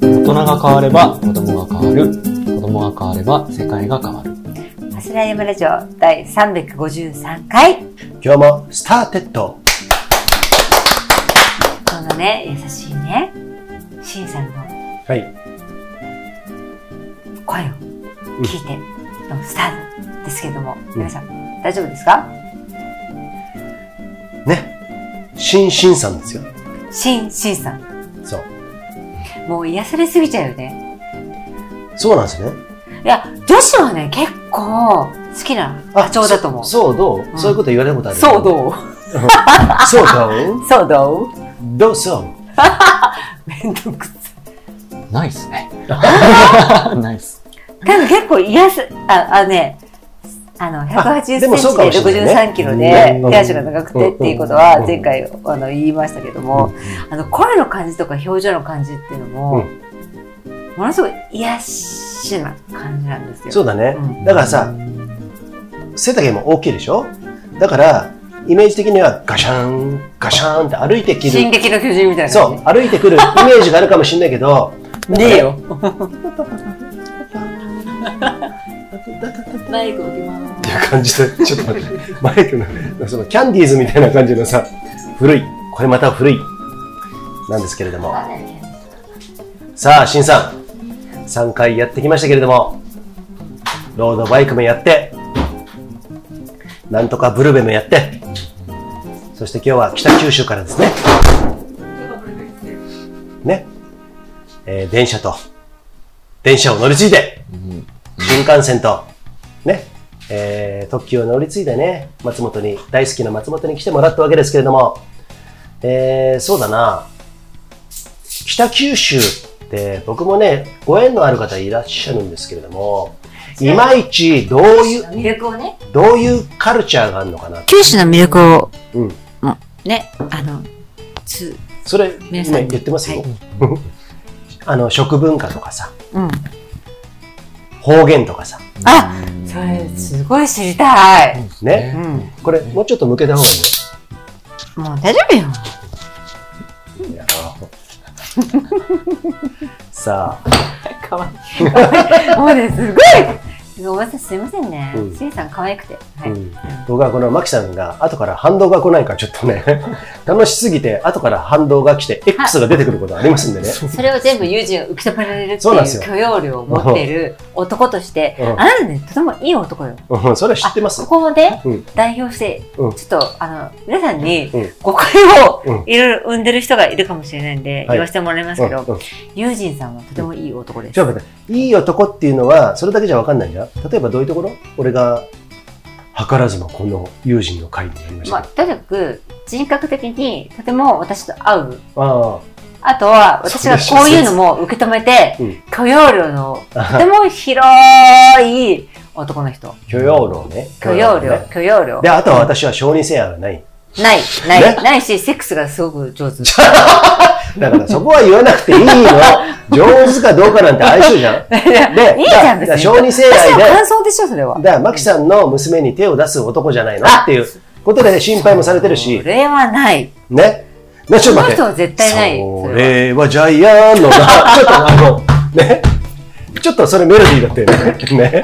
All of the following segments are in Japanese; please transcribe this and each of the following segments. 人が変われば子供が変わる。子供が変われば世界が変わる。アスライムラジオ第353回今日もスターテッドこのね、優しいね、しんさんのはい声を聞いてのスタートですけども、皆さん大丈夫ですかねシンシンさんですよしん、しんさん。そうもう癒されすぎちゃうよね。そうなんですねいや、女子はね、結構好きな波長だと思う。そそうどう、んそういうこと言われることあるそうどううそうどうそうどう どうそうめんどくさないっすね。 ないっす。い。でも結構癒す、あ、あのね、あの、180センチでもそうかもしれないねで63キロで手足が長くてっていうことは前回あの言いましたけども、あの、声の感じとか表情の感じっていうのも、ものすごい癒しな感じなんですよ。そうだね、うんだからさ背丈も大きいでしょだからイメージ的にはガシャンガシャンって歩いてき進る撃の巨人みたいなそ感じう。歩いてくるイメージがあるかもしれないけどねえよ。マイク置きまっていう感じで、ちょっと待って、マイクの、そのキャンディーズみたいな感じのさ、古い、これまた古い、なんですけれども。さあ、しんさん、3回やってきましたけれども、ロードバイクもやって、なんとかブルベもやって、そして今日は北九州からですね。ね。えー電車と、電車を乗り継いで、新幹線と、ね、えー特急を乗り継いでね、松本に、大好きな松本に来てもらったわけですけれども、えーそうだな、北九州って僕もね、ご縁のある方いらっしゃるんですけれども、いまいちどういう、魅力をね。どういうカルチャーがあるのかな。九州の魅力を、うん。ね、あの、つ、それ、皆今さんに言ってますよ。は あの、食文化とかさ、うん。方言とかさ、あそれ、すごい知りたい。うね。ん。これ、もうちょっと向けた方がいいね。もう大丈夫よ。 さあ、かわいい。もうね、すごい。おばさんすいませんねうん。しんさん可愛くて。はうい。ん僕はこのマキさんが後から反動が来ないからちょっとね、 楽しすぎて後から反動が来て X が出てくることありますんでね。それを全部友人が受け止められるってそういなんですうよ許容量を持っている男として、うんあなたね、とてもいい男よ。うんそれは知ってますあここでうん代表して、うんちょっと、あの、皆さんにうん誤解うんをいろいろ生んでる人がいるかもしれないんで、はい言わせてもらいますけど、うんうん友人さんはとてもいい男です。ちょっと待って、いい男っていうのはそれだけじゃ分かんないじゃん。例えばどういうところ俺が図らずもこの友人の会にやりましまたあ、けとにかく、人格的にとても私と合う。ど。ああ、あとは、私がこういうのも受け止めてうん、許容量のとても広い男の人。 許容量ね。許容量ね、許容量で、。あとは私は承認性愛がない。ない、ない、ねないし、セックスがすごく上手。だからそこは言わなく ていいの。上手かどうかなんて相性じゃいん。やでいいじゃん、だ別に。小児性私愛ので感想でしょ、それは。だから、マキさんの娘に手を出す男じゃないのっていうことで心配もされてるしそ、れはない。ね。ね、ちょっと待って。その人は絶対ないそそれはジャイア ンのな、ちょっとあの、ね。ちょっとそれメロディーだったよ ね。ね。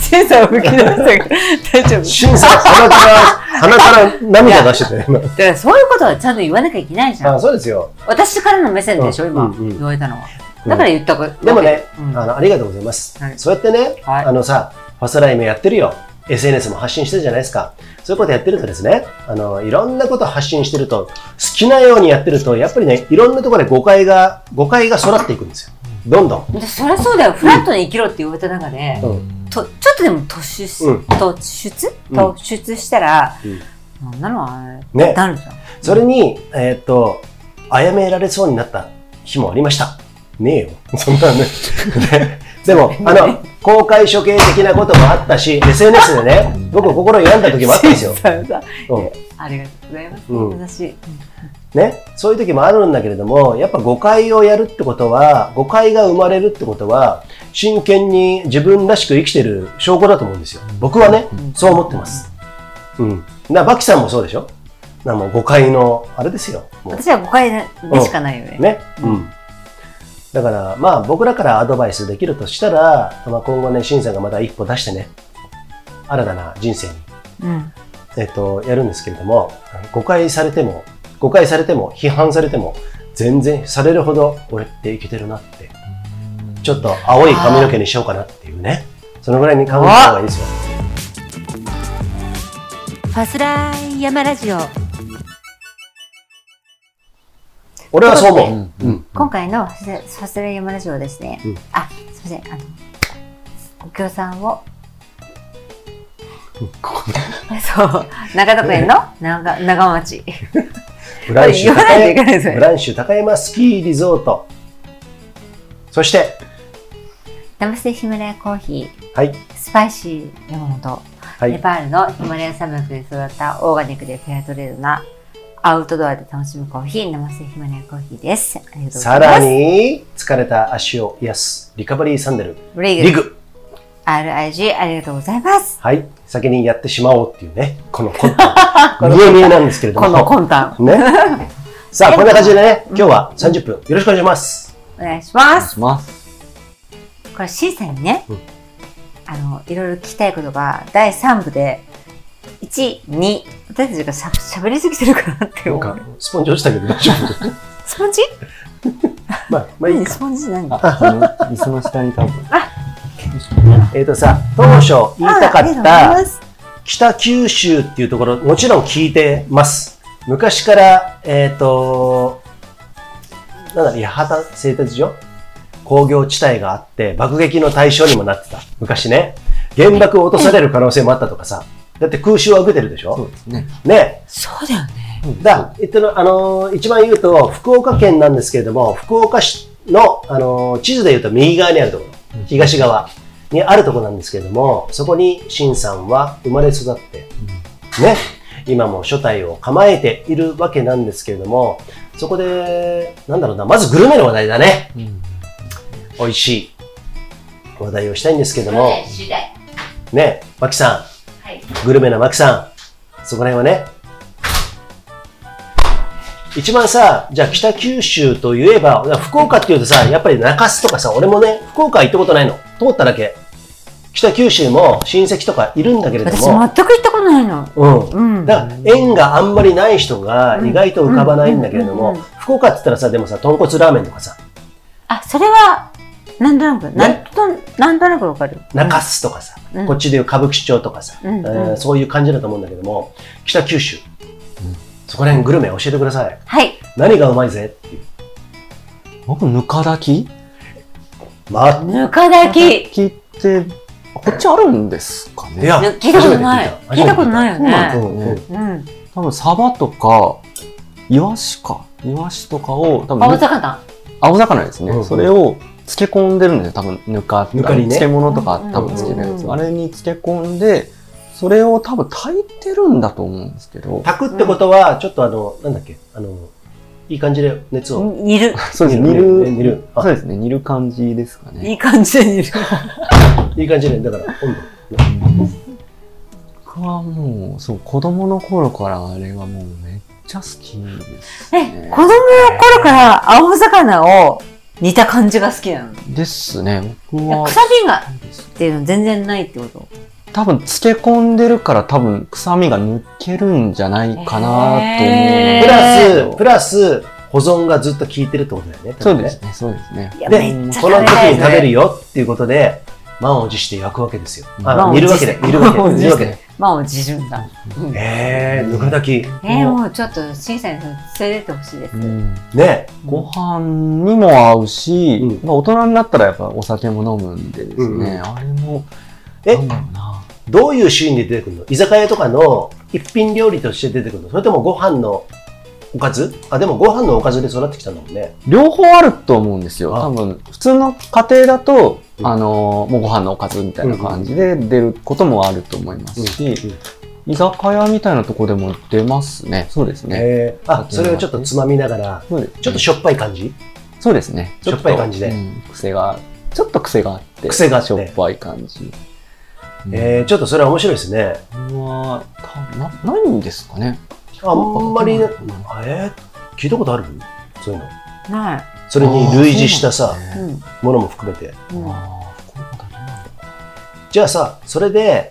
センサ ーを吹き出したけど、大丈夫。シンさん、鼻から、鼻から涙出してたよだからそういうことはちゃんと言わなきゃいけないじゃ今。ん。あ、そうですよ。私からの目線でしょ、うん今、うんうん言われたのは。うんだから言ったこと。でもね、うんあの、ありがとうございます。はいそうやってね、はいあのさ、ファスライムやってるよ。SNS も発信してるじゃないですか。そういうことやってるとですね、あの、いろんなこと発信してると、好きなようにやってると、やっぱりね、いろんなところで誤解が、誤解が育っていくんですよ。どんどん。でそりゃそうだよ。フラットに生きろって言われた中で、うん。とちょっとでも突出し、うん突出うん突出したら、うんそんなのは、ねなるじゃん。それに、えーっと、あやめられそうになった日もありました。ねえよ。そんな ね。ねでも、あの、公開処刑的なこともあったし、SNS でね、僕心病んだ時もあったん ですよ。さんさうんありがとうございます。うん優しい。ね、そういう時もあるんだけれども、やっぱ誤解をやるってことは、誤解が生まれるってことは、真剣に自分らしく生きてる証拠だと思うんですよ。僕はね、そう思ってます。うん。な、バキさんもそうでしょな、もう誤解の、あれですよ。も私は誤解でしかないよね。うね。うん。だから、まあ、僕らからアドバイスできるとしたら、まあ、今後ね、シンさんがまた一歩出してね、新たな人生に、うん。えっと、やるんですけれども、誤解されても、誤解されても、批判されても、全然されるほど、俺っていけてるなって、ちょっと青い髪の毛にしようかなっていうね、そのぐらいに考えた方がいいですよ。ファスライヤマラジオ。俺はそう思うう。んうん今回のファスファスライヤマラジオはですね、うんあ、すみません、あの、お経さんを、 そう、長野県の長長 町。ブランシュ言わないといけないです高ね山ブランシュ高山スキーリゾート。そして、ナムステヒマラヤコーヒー、はい、スパイシー山本、はいネパールのヒマラヤ山脈で育ったオーガニックでフェアトレードなアウトドアで楽しむコーヒー、ナムステヒマラヤコーヒーです。ありがとうございます。さら、に、疲れた足を癒すリカバリーサンデル、リリグ、グ。 RIG、ありがとうございます。はい、先にやってしまおうっていうね、このコ ンタ見え見えなんですけれども。この魂胆、ね。さあ、こんな感じでね、今日は30分、よろしくお願いします。お願いしまお願いす。します。これ、シーさんにね、うんあの、いろいろ聞きたいことが、第3部で、1、2、私たちがしゃ喋りすぎてるかなってなん思かう。、スポンジ落ちたけど大丈夫。スポンジまあ、まあいい何か。スポンジ何あ、その、椅子の下に多分。えっとさ、当初言いたあかありがとうごっざたい、ます北九州っていうところ、もちろん聞いてます。昔から、えっ、と、なんだ、八幡製鉄所工業地帯があって、爆撃の対象にもなってた。昔ね。原爆を落とされる可能性もあったとかさ。だって空襲は受けてるでしそょうですね。ね。そうだよね。だ、えっと、あのー一番言うと、福岡県なんですけれども、福岡市の、あのー地図で言うと右側にあるところ、うん東側にあるところなんですけれども、そこに、シンさんは生まれ育って、ね、今も初体を構えているわけなんですけれども、そこで、なんだろうな、まずグルメの話題だね。うん。美味しい話題をしたいんですけれども、次第。ね、マキさはい。ん、グルメなマキさん、そこら辺はね、一番さ、じゃあ北九州といえば、福岡っていうとさ、やっぱり中洲とかさ、俺もね、福岡行ったことないの。通っただけ。北九州も親戚とかいるんだけれど私、全くも行、ったことないの。うん、うん。だから縁があんまりない人が意外と浮かばないんだけれどうんもうんうん、福岡って言ったらさ、でもさ、豚骨ラーメンとかさ、あ、それは、なんとなく、なんと、なんとなくわかる。中洲とかさ、うんこっちでいう歌舞伎町とかさ、うんうんえーそういう感じだと思うんだけども、北九州、そこら辺グルメ教えてください。はい。何がうまいぜっていう。僕、ぬか炊きまあ、ぬか炊き。聞いて、こっちあるんですかねいや、聞いたことない。初めて聞いたことないよそうなんね。ですよね。うん。多分、サバとか、イワシか。イワシとかを、多分、青魚。青魚ですね、うんそれを漬け込んでるんですよ多分ぬかぬかにね漬物とか多分うん漬けるやつ、うんあれに漬け込んでそれを多分炊いてるんだと思うんですけど炊くってことは、ちょっとあの、なんだっけ、あの、いい感じで熱を。煮る。そうですね煮煮るる煮るあそうですね煮る感じですかいねい感じで煮る。いい感じで、だから温度。僕はもうそう子供の頃からあれはもうめっちゃ好きですえ、子供の頃から青魚を煮た感じが好きなの。いですね僕やは臭みがっていうの全然ないってこと。多分漬け込んでるから多分臭みが抜けるんじゃないかなと思う、へープラス、ププララス、保存がずっと効いてるってことだよね。スそうですねそうですねいや、でめっちゃこ食のべ時たいにで食べするね。よっていうことで、満を持して焼くわけですよ。満あ、を煮持るわしけてで、煮るわけ満をで、持煮るしわてけで。まあ、自順だ。うんえー、ぬか炊き。えー、もうちょっと、審査員さん連れてってほしいです。うんね。ご飯にも合うし、うんまあ大人になったらやっぱお酒も飲むんでですね、うんうんあれも、えなんだろうな。どういうシーンで出てくるの居酒屋とかの一品料理として出てくるのそれともご飯のおかずあ、でもご飯のおかずで育ってきたんだもんね。両方あると思うんですよ。あ多分、普通の家庭だと、うんあのー、もうご飯のおかずみたいな感じで出ることもあると思いますし、居酒屋みたいなとこでも出ますね。そうですね。えー、あ、それをちょっとつまみながら、そうですねちょっとしょっぱい感じそうですね。しょっぱい感じでちょっとうん癖が、ちょっと癖があって。癖があってしょっぱい感じ。えー、ちょっとそれは面白いですね。ー、は、たな、ないんですかね。あんまりねうん、えー、聞いたことあるそういうの。ない。それに類似したさ、うんものも含めて。うんあーこういうことねじゃあさ、それで、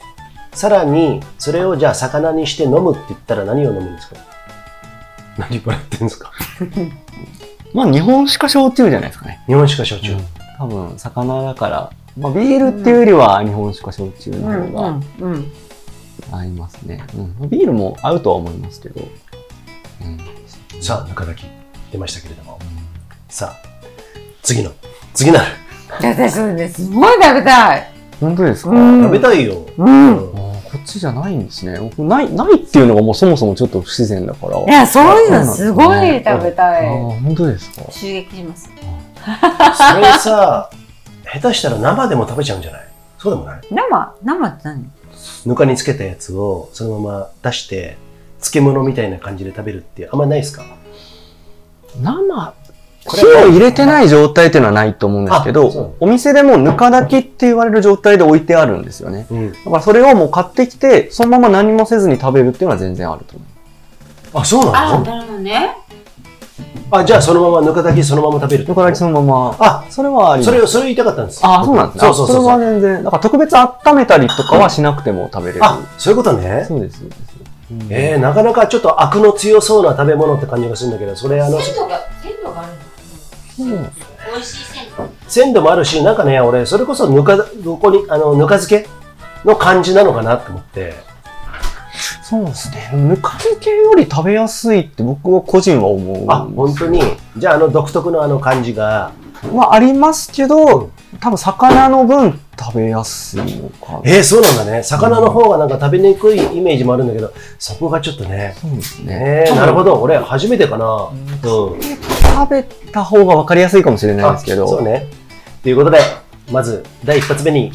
さらに、それをじゃあ魚にして飲むって言ったら何を飲むんですか何笑ってんですかまあ、日本酒か焼酎じゃないですかね。日本酒か焼酎。多分、魚だから、まあ、ビールっていうよりは日本酒か焼酎うのん方がうんうん合いますね。うんまあビールも合うとは思いますけど。うんさあ、ぬか炊き、出ましたけれども。さあ、次の、次なる。いや私それねすごい食べたい本当ですか、うん食べたいよ。ううんあーこっちじゃないんですね。僕ない、ないっていうのがもうそもそもちょっと不自然だから。いやそういうのすごい食べたあいー本当ですか襲撃しますそれさ、下手したら生でも食べちゃうんじゃないそうでもない生生って何ぬかにつけたやつをそのまま出して、漬物みたいな感じで食べるってあんまないですか生、これ火を入れてない状態っていうのはないと思うんですけあそうど、お店でもぬか炊きって言われる状態で置いてあるんですよね。うん。だからそれをもう買ってきて、そのまま何もせずに食べるっていうのは全然あると思あ、そうなのなるほどねあ、じゃあそのままぬか炊きそのまま食べるう。ぬか炊きそのまま。あ、それはありそれをを、それを言いたかったんです。あー、そうなんですね。そうそうそうあれは全然。だから特別温めたりとかはしなくても食べれる。あ、そういうことね。そうです、そうです。うんえー、なかなかちょっと悪の強そうな食べ物って感じがするんだけど、それあの、鮮度が鮮度があるそうの。美味しい鮮度。鮮度もあるし、なんかね、俺、それこそぬか、どこに、あの、ぬか漬けの感じなのかなと思って。そうですね。ぬか漬けより食べやすいって僕は個人は思う。あ、本当に。じゃああの独特のあの感じが、まあありますけど、多分魚の分食べやすいのかな。えー、そうなんだね。魚の方がなんか食べにくいイメージもあるんだけど、そこがちょっとね。そうですね。えー、なるほど。俺、初めてかな。うん。食べた方が分かりやすいかもしれないですけど。あそうね。ということで、まず、第一発目に、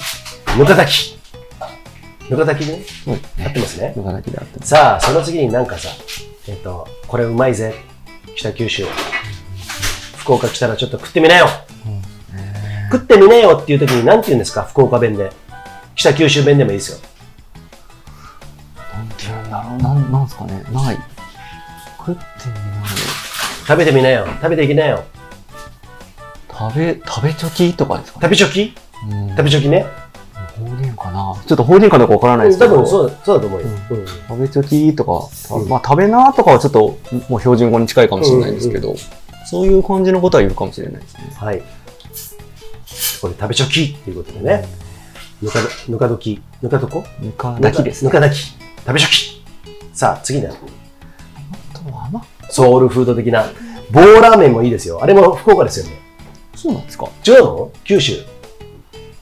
ぬか炊き。ぬか炊きね。そうです合っね。てますね。ぬかだけであってます。さあ、その次になんかさ、えっ、と、これうまいぜ。北九州。福岡来たらちょっと食ってみなよ。食ってみなよっていう時に何て言うんですか福岡弁で。北九州弁でもいいですよ。なんて言うんだろう。なん、なんすかね。ない。食ってみない。食べてみなよ。食べていきなよ。食べ、食べチョキとかですか食ね。べちょきうん食べちょきね。方言かな。ちょっと方言かどうかわからないですけ多ど。分そうそうだと思うよ。うん食べチョキとか、うんまあ食べなとかはちょっともう標準語に近いかもしれないですけど、そういう感じのことは言うかもしれないですね。はい。これ食べちょきっていうことでね。ぬか、ぬかどき。ぬかどこぬか炊きです。ぬかだき。食べちょき。さあ、次だよ。あとはまソウルフード的な。棒ラーメンもいいですよ。あれも福岡ですよね。そうなんですか違うの九州。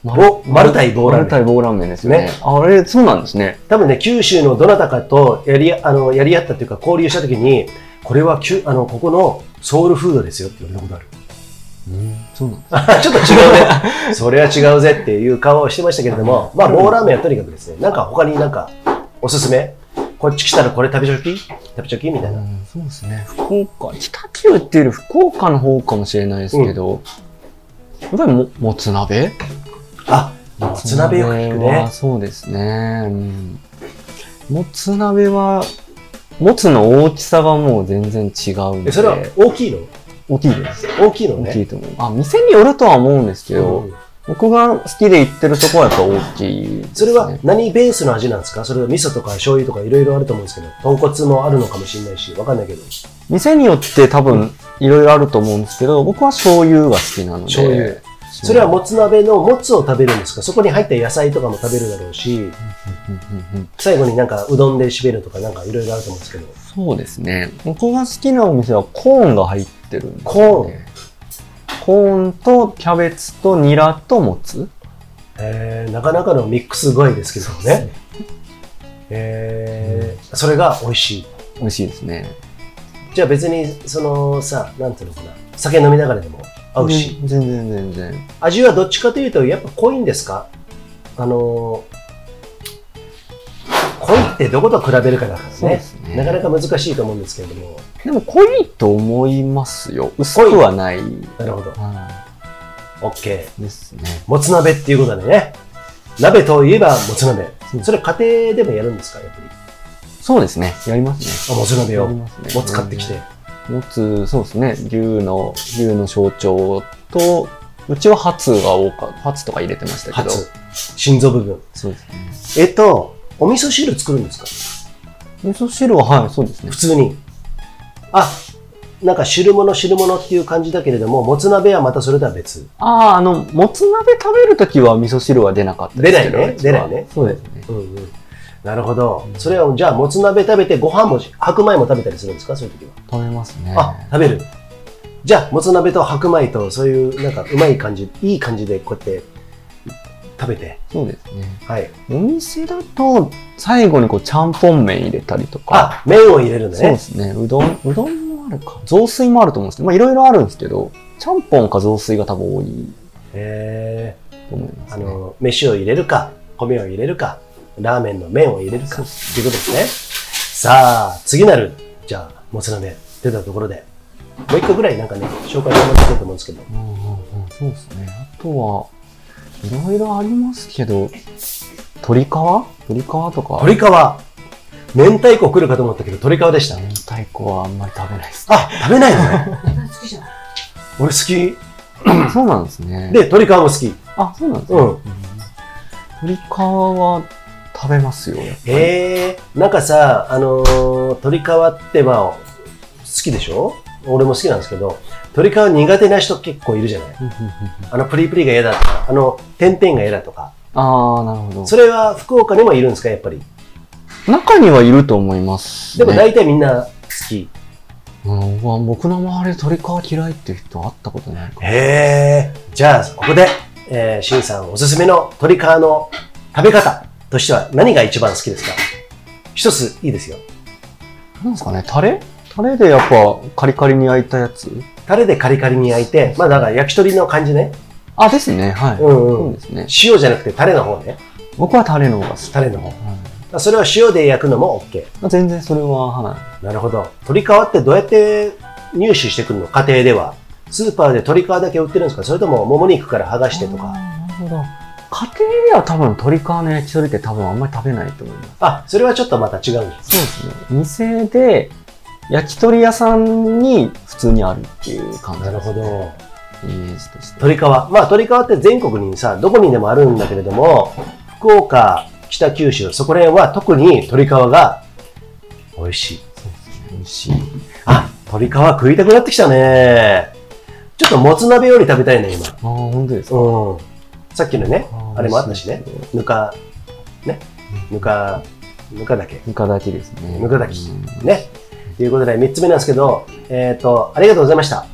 ぼマルタイ棒ラーメンマルタイ棒ラーメンですよね。ねあれ、そうなんですね。多分ね、九州のどなたかとやりあのやり合ったというか、交流したときに、これはきゅあのここのソウルフードですよって言われたことそうなんです。ある。ちょっ と違 うね。それは違うぜっていう顔をしてましたけれども、まあ、棒ラーメンはとにかくですね、なんか他になんか、おすすめ、こっち来たらこれ食べちょき食べちょきみたいな。そうですね。福岡、北九っていうより福岡の方かもしれないですけど、やっぱりももつ鍋あ、もつ鍋よく聞もくつ鍋はね。そうですね。うんもつ鍋は、もつの大きさがもう全然違うんえで。それは大きいの大きいです。大きいの大きね。いと思う。あ、店によるとは思うんですけど、うん僕が好きで行ってるとこはやっぱ大きい、それは、何ベースの味なんですかそれは味噌とか醤油とかいろいろあると思うんですけど、豚骨もあるのかもしれないし、わかんないけど。店によって多分いろいろあると思うんですけど、僕は醤油が好きなので。醤油そそれはもつ鍋のもつを食べるんですかそこに入った野菜とかも食べるだろううし、んうんうん最後になんかうどんで締めるとかなんかいろいろあると思うんですけど、そうですね。僕が好きなお店はコーンが入ってるんです、ね。コーンコーンとキャベツとニラともつ。えー、なかなかのミックス具合ですけどもね。えー、それが美味しい。美味しいですね。じゃあ別に、そのさ、なんていうのかな、酒飲みながらでも合うし、うん全然全然。味はどっちかというと、やっぱ濃いんですかあのー、濃いってどこと比べるかだからそうでね。すなかなね。か難しいと思うんですけれども、でも濃いと思いますよ。薄くはない。なるほど。は OK。いですね。もつ鍋っていうことでね。鍋といえばもつ鍋。それ家庭でもやるんですかやっぱり。そうですね。やりますね。あ、もつ鍋やを。りもますね。つ買ってきて。四つ、そうですね、竜の、竜の象徴と、うちは初が多かった、初とか入れてましたけど。初心臓部分そうですね。えっとお味噌汁作るんですか味噌汁は、はい、そうですね普。通にあなんか汁物汁物っていう感じだけれどももつ鍋はまたそれとは別ああ、あの、もつ鍋食べるときは味噌汁は出なかったですけど出ないねうちは出ないねそうですね。うんうんなるほどそれはじゃあもつ鍋食べてご飯も白米も食べたりするんですかそういう時は食べますね。あ、食べる。じゃあ、もつ鍋と白米と、そういう、なんか、うまい感じ、いい感じで、こうやって、食べて。そうですね。はい。お店だと、最後にこう、ちゃんぽん麺入れたりとか。あ、麺を入れるんだそうでね。すね。うどん、うどんもあるか。雑炊もあると思うんですけど、まあいろいろあるんですけど、ちゃんぽんか雑炊が多分多いへと思いまーあすね。の、飯を入れるか、米を入れるか、ラーメンの麺を入れるか、っていうことですね。さあ、次なる、じゃあ、もつ鍋、出たところで、もう一個ぐらい、なんかね、紹介してもらっていいと思うんですけど。うんうんうんそうですね。あとは、いろいろありますけど、鶏皮鶏皮とか、鶏皮。明太子来るかと思ったけど、鶏皮でした。明太子はあんまり食べない です。あ、食べないのね。好きじゃん。 俺好そうなんですねき。。で、鶏皮も好き。あ、そうなんですね。うん。鶏皮は食べますよ、やっぱり。えー、なんかさ、あのー、鶏皮ってまあ、好きでしょ俺も好きなんですけど、鶏皮苦手な人結構いるじゃないうんうんうんうんあの、プリプリが嫌だとか、あの、点々が嫌だとか。 ああ、なるほそれは福岡にもいるんですか、やっぱり。ど。中にはいると思います、でね。も大体みんな好き。うん、うわ僕の周りで鳥皮嫌いっていう人会ったことないかも。へえ。じゃあ、ここで、えー、しんさんおすすめの鶏皮の食べ方としては何が一番好きですか一ついいですよ。なんですかね、タレタレでやっぱカリカリに焼いたやつタレでカリカリに焼いて、まあだから焼き鳥の感じね。あ、ですね、はい。うんうそんうですね。塩じゃなくてタレの方ね。僕はタレの方が好き。タレの方はいそれは塩で焼くのも OK。まあ全然それは、はい。なるほど。鶏皮ってどうやって入手してくるの家庭では。スーパーで鶏皮だけ売ってるんですかそれとももも肉から剥がしてとあか。ーなるほど。家庭では多分鳥皮の焼き鳥って多分あんまり食べないと思います。あ、それはちょっとまた違うんでそす。うですね。店で焼き鳥屋さんに普通にあるっていう感じなるほど。イメージとして。鶏皮。まあ鶏皮って全国にさ、どこにでもあるんだけれども、福岡、北九州、そこら辺は特に鶏皮が美味しい。美味しい。あ、鶏皮食いたくなってきたね。ちょっともつ鍋より食べたいね、ああ、本当ですか。今。うん。さっきのね、あれもあったしね。美味いですけど。ぬか、ね、ぬか、ぬかだけ、ぬか炊きですね。ぬか炊きうんね。ということで、3つ目なんですけど、えっ、と、ありがとうございました。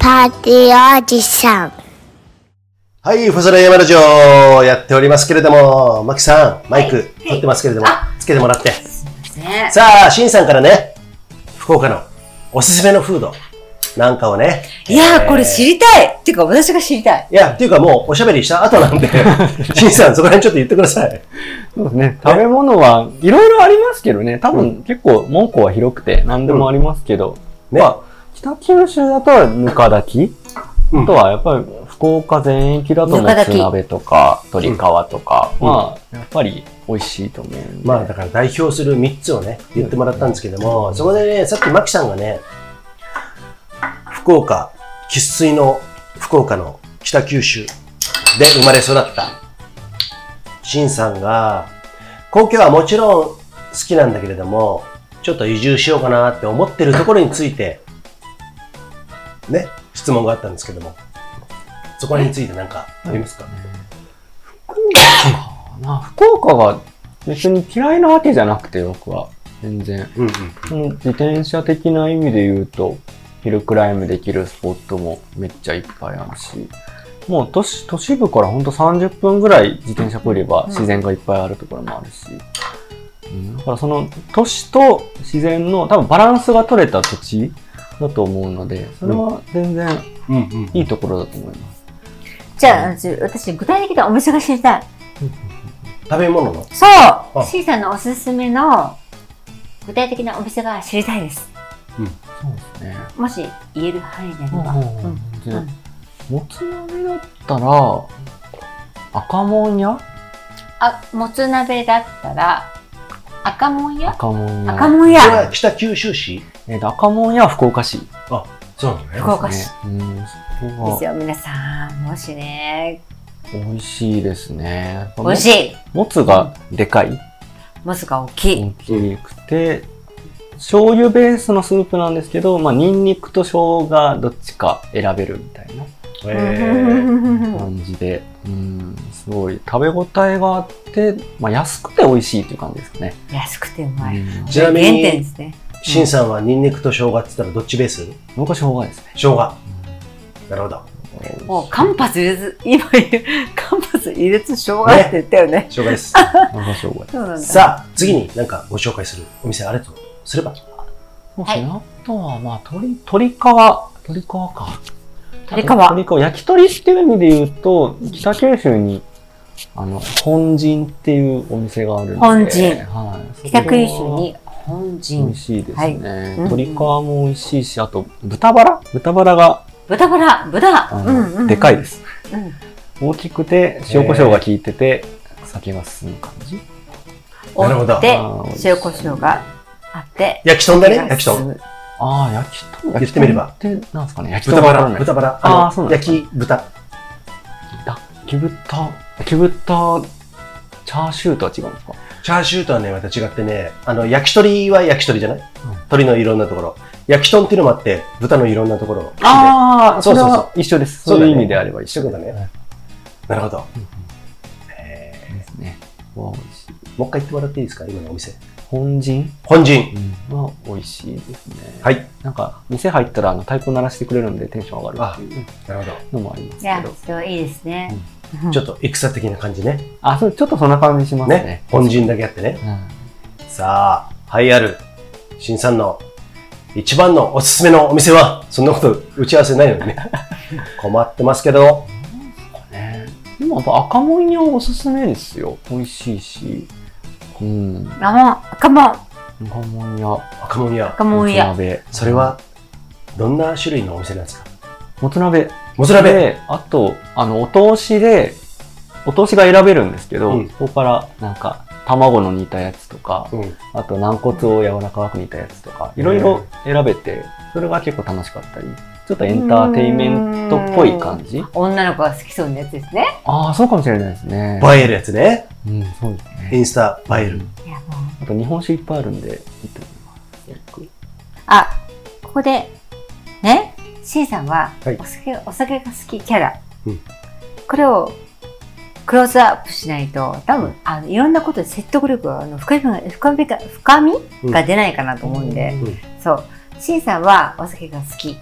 パーティーおじさん。はい、ファソラ山ラジオやっておりますけれども、マキさん、マイはクい取ってますけれどもあ、つけてもらって。ねさあ、シンさんからね、福岡のおすすめのフードなんかをね。いやえー、ーこれ知りたいっていうか、私が知りたい。いや、っていうかもうおしゃべりした後なんで、シンさんそこら辺ちょっと言ってください。そうですね。食べ物はいろいろありますけどね。多分結構門戸は広くて何でもありますけど。ね。北九州だとぬか炊き、うんあとはやっぱり福岡全域だとぬもかつ炊き鍋とか鶏皮とか、うんまあやっぱり美味しいと思うんで。まあだから代表する3つをね、言ってもらったんですけども、そこでね、さっきマキさんがね、福岡、生粋の福岡の北九州で生まれ育った、シンさんが、故郷はもちろん好きなんだけれども、ちょっと移住しようかなって思ってるところについて、ね、質問があったんですけども、そこら辺について何かありますか、福岡かな。福岡が別に嫌いなわけじゃなくて僕は全然。うんうん。うん自転車的な意味で言うと、ヒルクライムできるスポットもめっちゃいっぱいあるし、もう都市都市部からほんと30分ぐらい自転車来れば自然がいっぱいあるところもあるし、うんだからその都市と自然の多分バランスが取れた土地だと思うので、それは全然うんうん。いいところだと思います。じゃあ、あのちょ私、具体的なお店が知りたい。食べ物のそう !C さんのおすすめの具体的なお店が知りたいです。そうですね。もし言える範囲であれば。うんでうんもつ鍋だったら、赤もん屋あ、もつ鍋だったら、赤もんや赤門や。赤もんそれやは北九州市えっと、赤門や福岡市。そうなのね福岡市。うん、でそすよ、皆さん。もしね、こが美味しいですね。美味しい。もつがでかいもつが大きい。大きくて、醤油ベースのスープなんですけど、まあ、ニンニクと生姜どっちか選べるみたいなへーう感じで、うん、すごい食べ応えがあって、まあ、安くて美味しいっていう感じですかね。ん安くてうまい。うんちなみに原点ですね。シンさんはニンニクと生姜って言ったらどっちベース僕は生姜ですね。生姜。なるほど。もう、間髪入れず、今言う、間髪入れずしょうがないって言ったよね。生姜 です。僕は生姜です。そうなんだ。さあ、次になんかご紹介するお店あれとすれば。そうではすいね。あとは、まあ、鶏、鶏皮、鶏皮か。鶏皮鶏皮。焼き鳥っていう意味で言うと、北九州に、あの、本陣っていうお店があるんで。本陣はい。北九州に本美味陣。しいですはいね。うん鶏皮も美味しいし、あと、豚バラ豚バラが、豚バラ、豚。あうのんうんうんでかいで。す。うん大きくて、塩コショウが効いてて、酒が進む感じ。なるほ折どってあー美味しい塩コショウがあって。焼き豚だね、焼き豚。ああ、焼きと、言ってみれば焼きとってなんですかね。焼きと豚バわからラ、ない豚バラ、あーあそうのなんですか焼き豚。焼き豚、焼き豚、チャーシューとは違うんですかチャーシューとはね、また違ってね、あの、焼き鳥は焼き鳥じゃない鳥のいろんなところ。焼き豚っていうのもあって、豚のいろんなところ。ああそうそうそれそはう。一緒です。そそううだいねう意味であれば一緒そうだねはいなるほど。うんうんえですね。わあ美味しい。ーもう一回言ってもらっていいですか今のお店。本陣本陣。は美味しいですね。はい。なんか、店入ったらあの太鼓鳴らしてくれるんでテンション上がるっていうなるほのもありますいけやど。、すごいいいですね。ど。ちょっと戦的な感じね。あ、そう、ちょっとそんな感じしますねね。。本陣だけあってね。うんさあ、栄えある、新さんの一番のおすすめのお店は、そんなこと打ち合わせないのにね。困ってますけど、ね。でもやっぱ赤もん屋おすすめですよ。美味しいし。うん。ラモン、赤もん、赤もん屋。若者や、赤もんや。鍋。それはどんな種類のお店なんですかもつ鍋。もつ鍋。で、あと、あの、お通しで、お通しが選べるんですけど、うんそこから、なんか、卵の煮たやつとか、うん。あと軟骨を柔らかく煮たやつとか、いろいろ選べて、それが結構楽しかったり、ちょっとエンターテインメントっぽい感じ女の子が好きそうなやつですね。ああ、そうかもしれないですね。映えるやつね。うん、そうですイね。ンスタ映える。いや、もう。あと日本酒いっぱいあるんで、いいと思います。よあ、ここで、ね、シンさんは、はいお酒、お酒が好きキャラ。うんこれを、クローズアップしないと、多分、あの、いろんなことで説得力が、あの、深みが、深みが、深みうんが出ないかなと思うんで、うんそう。シンさんはお酒が好き。で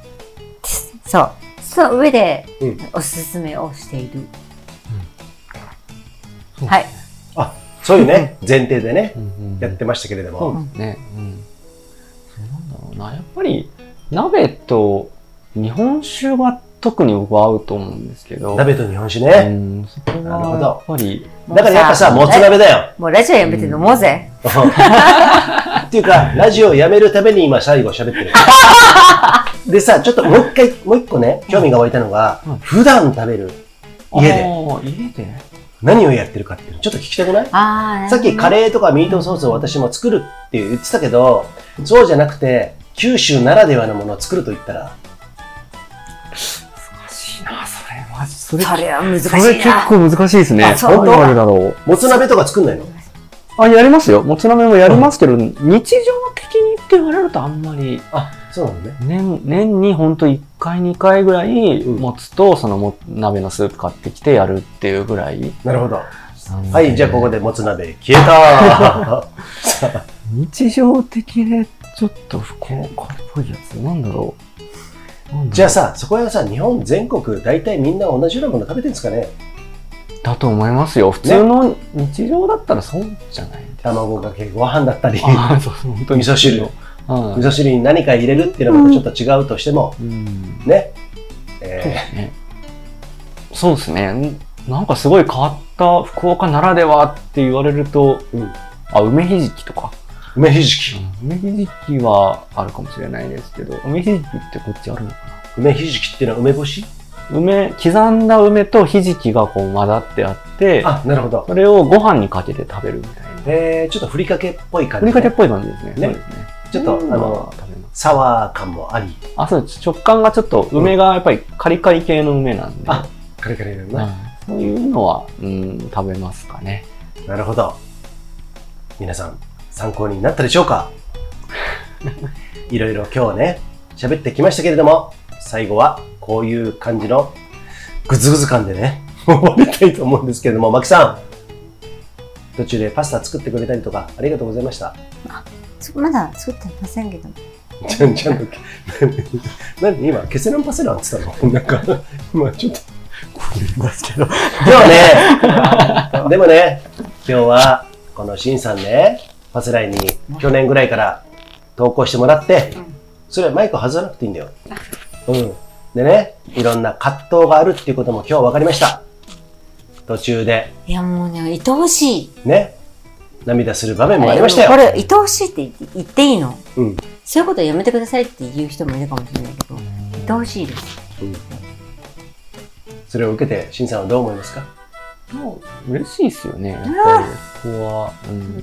すそう。その上でうん、おすすめをしている。くはい。そういうね、前提でね、うんうんうんやってましたけれどそも。うですね。うん。そうなんだろうな。やっぱり、鍋と日本酒は特に僕は合うと思うんですけど。鍋と日本酒うね。ん、そこなるほはどやっぱり、だからやっぱさ、ももうつ鍋だよ。もうラジオやめて飲もうぜ。っていうか、ラジオをやめるために今最後喋 ってる。でさ、ちょっともう一回、もう一個ね、興味が湧いたのがうん、普段食べる、家であー家で何をやってるかっていうのちょっと聞きたくないああ、さっきカレーとかミートソースを私も作るって言ってたけど、そうじゃなくて、九州ならではのものを作ると言ったら、難しいな、それマジ。それ、それは難しいそな。れ結構難しいですね。あそうどうなるだろう。もつ鍋とか作んないのあ、やりますよ。もつ鍋もやりますけど、日常的にって言われるとあんまり、あ、そうなのね。年、年にほんと1回2回ぐらい、うんもつとそのも鍋のスープ買ってきてやるっていうぐらい。なるほど。は、はいじゃあここでもつ鍋消え た日常的でちょっと福岡っぽいやつなんだろうなんだろうじゃあさ、そこはさ、日本全国、大体みんな同じようなもの食べてるんですかねだと思いますよ普通の日常だったらそうじゃないですか卵かけご飯だったり、ああそう本当に味噌汁は味噌汁に何か入れるっていうのもちょっと違うとしても、いうんね。そうえですねそうですねなんかすごい変わった福岡ならではって言われると、うんあ梅ひじきとか、ー梅ひじき。梅ひじきはあるかもしれないですけど梅ひじきってこっちあるのか梅ひじきっていうのは梅干しな梅、刻んだ梅とひじきがこう混ざってあって、あ、なるほど。それをご飯にかけて食べるみたいな。えー、ちょっとふりかけっぽい感ふじ、りかけっぽい感じですね。ねそうですねちょっと、うんあの、食べますサワー感もあり。あ、そうです。食感がちょっと、梅がやっぱりカリカリ系の梅なんで。あカリカリだうんそういうのは、うん、食べますかね。なるほど。皆さん、参考になったでしょうかいろいろ今日ね、喋ってきましたけれども、最後はこういう感じのグズグズ感でね、 終わりたいと思うんですけれども、マキさん、途中でパスタ作ってくれたりとか、ありがとうございました。まだ作ってませんけど。ちゃんちゃんの、何今、ケセランパセランって言ったのなんか、今ちょっと、こういますけど。でもね、でもね、今日は、このシンさんね、パセライに去年ぐらいから投稿してもらってうん、それはマイク外さなくていいんだよ。うん。でね、いろんな葛藤があるっていうことも今日分かりました。途中で、いやもうね、愛おしい。ね、涙する場面もありましたこよ。れ、愛おしいって言って言っていいのうん。そういうことやめてくださいって言う人もいるかもしれないけど、愛おしいです。それを受けて、シンさんはどう思いますか嬉しいですよね、やっぱり、ここは。うん。だ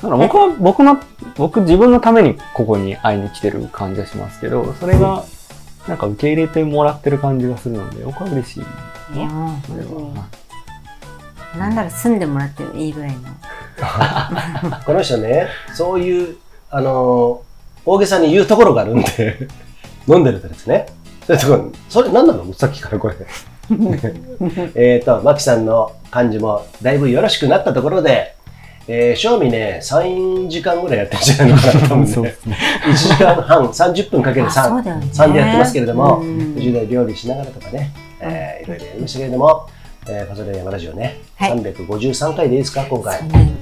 から僕は、僕の、僕自分のためにここに会いに来てる感じがしますけど、それが、なんか受け入れてもらってる感じがするので、僕は嬉しい。いやもうそれは本当に。なんなら住んでもらっていいぐらいの。この人ね、そういう、あのー大げさに言うところがあるんで、 飲んでるとですね、そういうところそれ何なのさっきからこれ。 えっと、マキさんの感じもだいぶよろしくなったところで、えー、正味ね、3時間ぐらいやってるんじゃないのかなと思うんで、 そう1時間半、30分かけるあそう3、だよね。 3でやってますけれども、うん10代料理しながらとかね、えーいろいろやりましたけれども、えー、パズル山ラジオね、はい353回でいいですか、今回。そんなに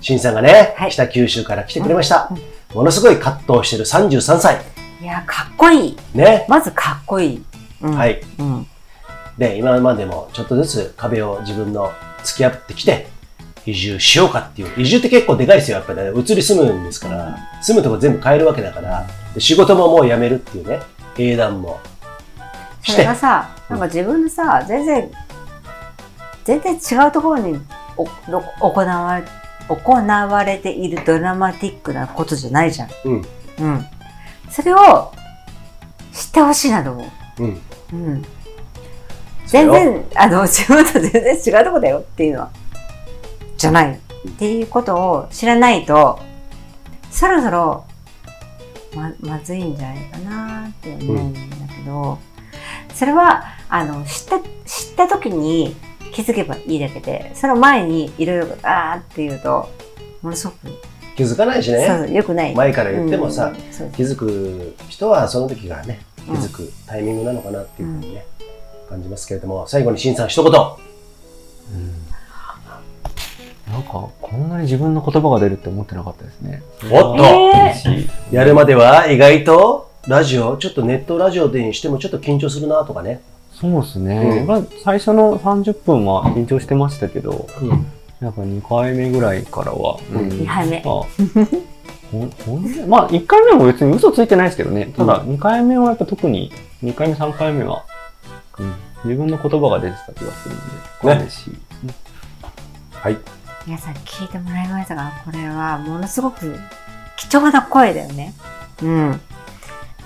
新さんがね、はい北九州から来てくれましたうん。ものすごい葛藤してる33歳。いや、かっこいい。ね。まずかっこいい。うんは。い。うん。で、今までもちょっとずつ壁を自分の付き合ってきて、移住しようかっていう。移住って結構でかいですよ、やっぱり、ね。移り住むんですから、住むとこ全部変えるわけだから、で仕事ももう辞めるっていうね、英断もしそれてが。さ、なんか自分のさ、全然、全然違うところにおの行われ、行われているドラマティックなことじゃないじゃん。うん。うん。それを知ってほしいなと思うん。う。うん。全それを。然、あの、自分と全然違うとこだよっていうのは、じゃない。っていうことを知らないと、そろそろ、ま、まずいんじゃないかなって思うんだけど、それは、あの、知った、知った時に気づけばいいだけで、その前にいろいろ、あーって言うと、ものすごく、気づかないしそうね。そう、良くない。前から言ってもさ、うん、そう気づく人はその時がね、気うんづくタイミングなのかなっていうふうにね、感じますけれども、最後にしんさん一言。なんか、こんなに自分の言葉が出るって思ってなかったですね。おっと、え嬉しい。やるまでは意外とラジオ、ちょっとネットラジオでにしてもちょっと緊張するなとかね。そうですうんね。まあ最初の30分は緊張してましたけど、やっぱ2回目ぐらいからは。うん二回目あほんほんまあ、1回目も別に嘘ついてないですけどね。ただ、2回目はやっぱ特に、2回目、3回目は、うん自分の言葉が出てた気がするんで、ね嬉しい。皆さん聞いてもらいましたが、これはものすごく貴重な声だよね。うん。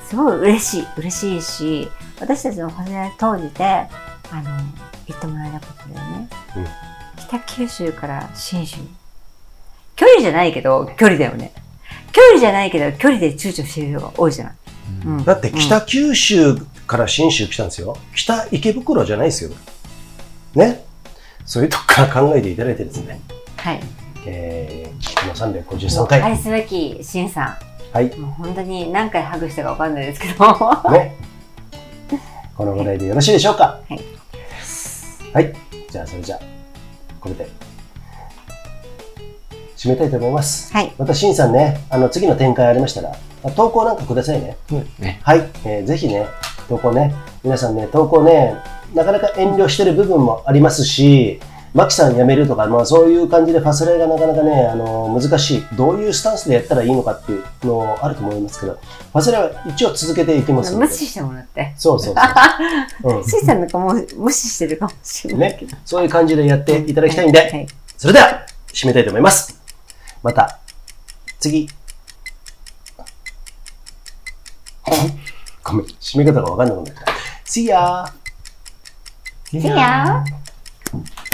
すごい嬉しい、嬉しいし、私たちの骨を通じて、あの、言ってもらえたことだよね。うん北九州から信州。距離じゃないけど、距離だよね。距離じゃないけど、距離で躊躇してる人が多いじゃない。うんだって北九州から信州来たんですよ。北池袋じゃないですよ。ね。そういうとこから考えていただいてですね。はい。えー、この353回。愛すべきしんさはいん。もう本当に何回ハグしたかわかんないですけ ど。ね。このぐらいでよろしいでしょうか。はい。はい。じゃあ、それじゃあ、これで、締めたいと思います。はい。また、しんさんね、あの、次の展開ありましたら、投稿なんかくださいね。ねはい。えーぜひね、投稿ね、皆さんね、投稿ね、なかなか遠慮してる部分もありますし、マキさん辞めるとか、まあ、そういう感じでファスライがなかなかね、あの、難しい。どういうスタンスでやったらいいのかっていうのあると思いますけど、ファスライは一応続けていきますの無で。視してもらって。そうそうそう。しーさんなんかもう無視してるかもしうれん。ないねけど。。そういう感じでやっていただきたいんで、はいそれでは、締めたいと思います。また、次。 ごめん、締め方がわかんなくなった。See ya! せやー。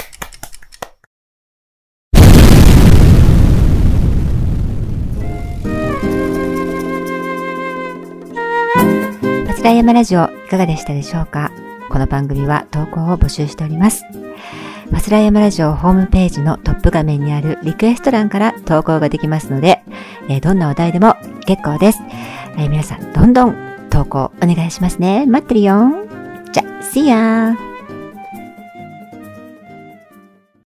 パチラヤマラジオいかがでしたでしょうかこの番組は投稿を募集しております。パスラヤマラジオホームページのトップ画面にあるリクエスト欄から投稿ができますので、えーどんなお題でも結構です。えー皆さん、どんどん投稿お願いしますね。待ってるよ。じゃ、See ya!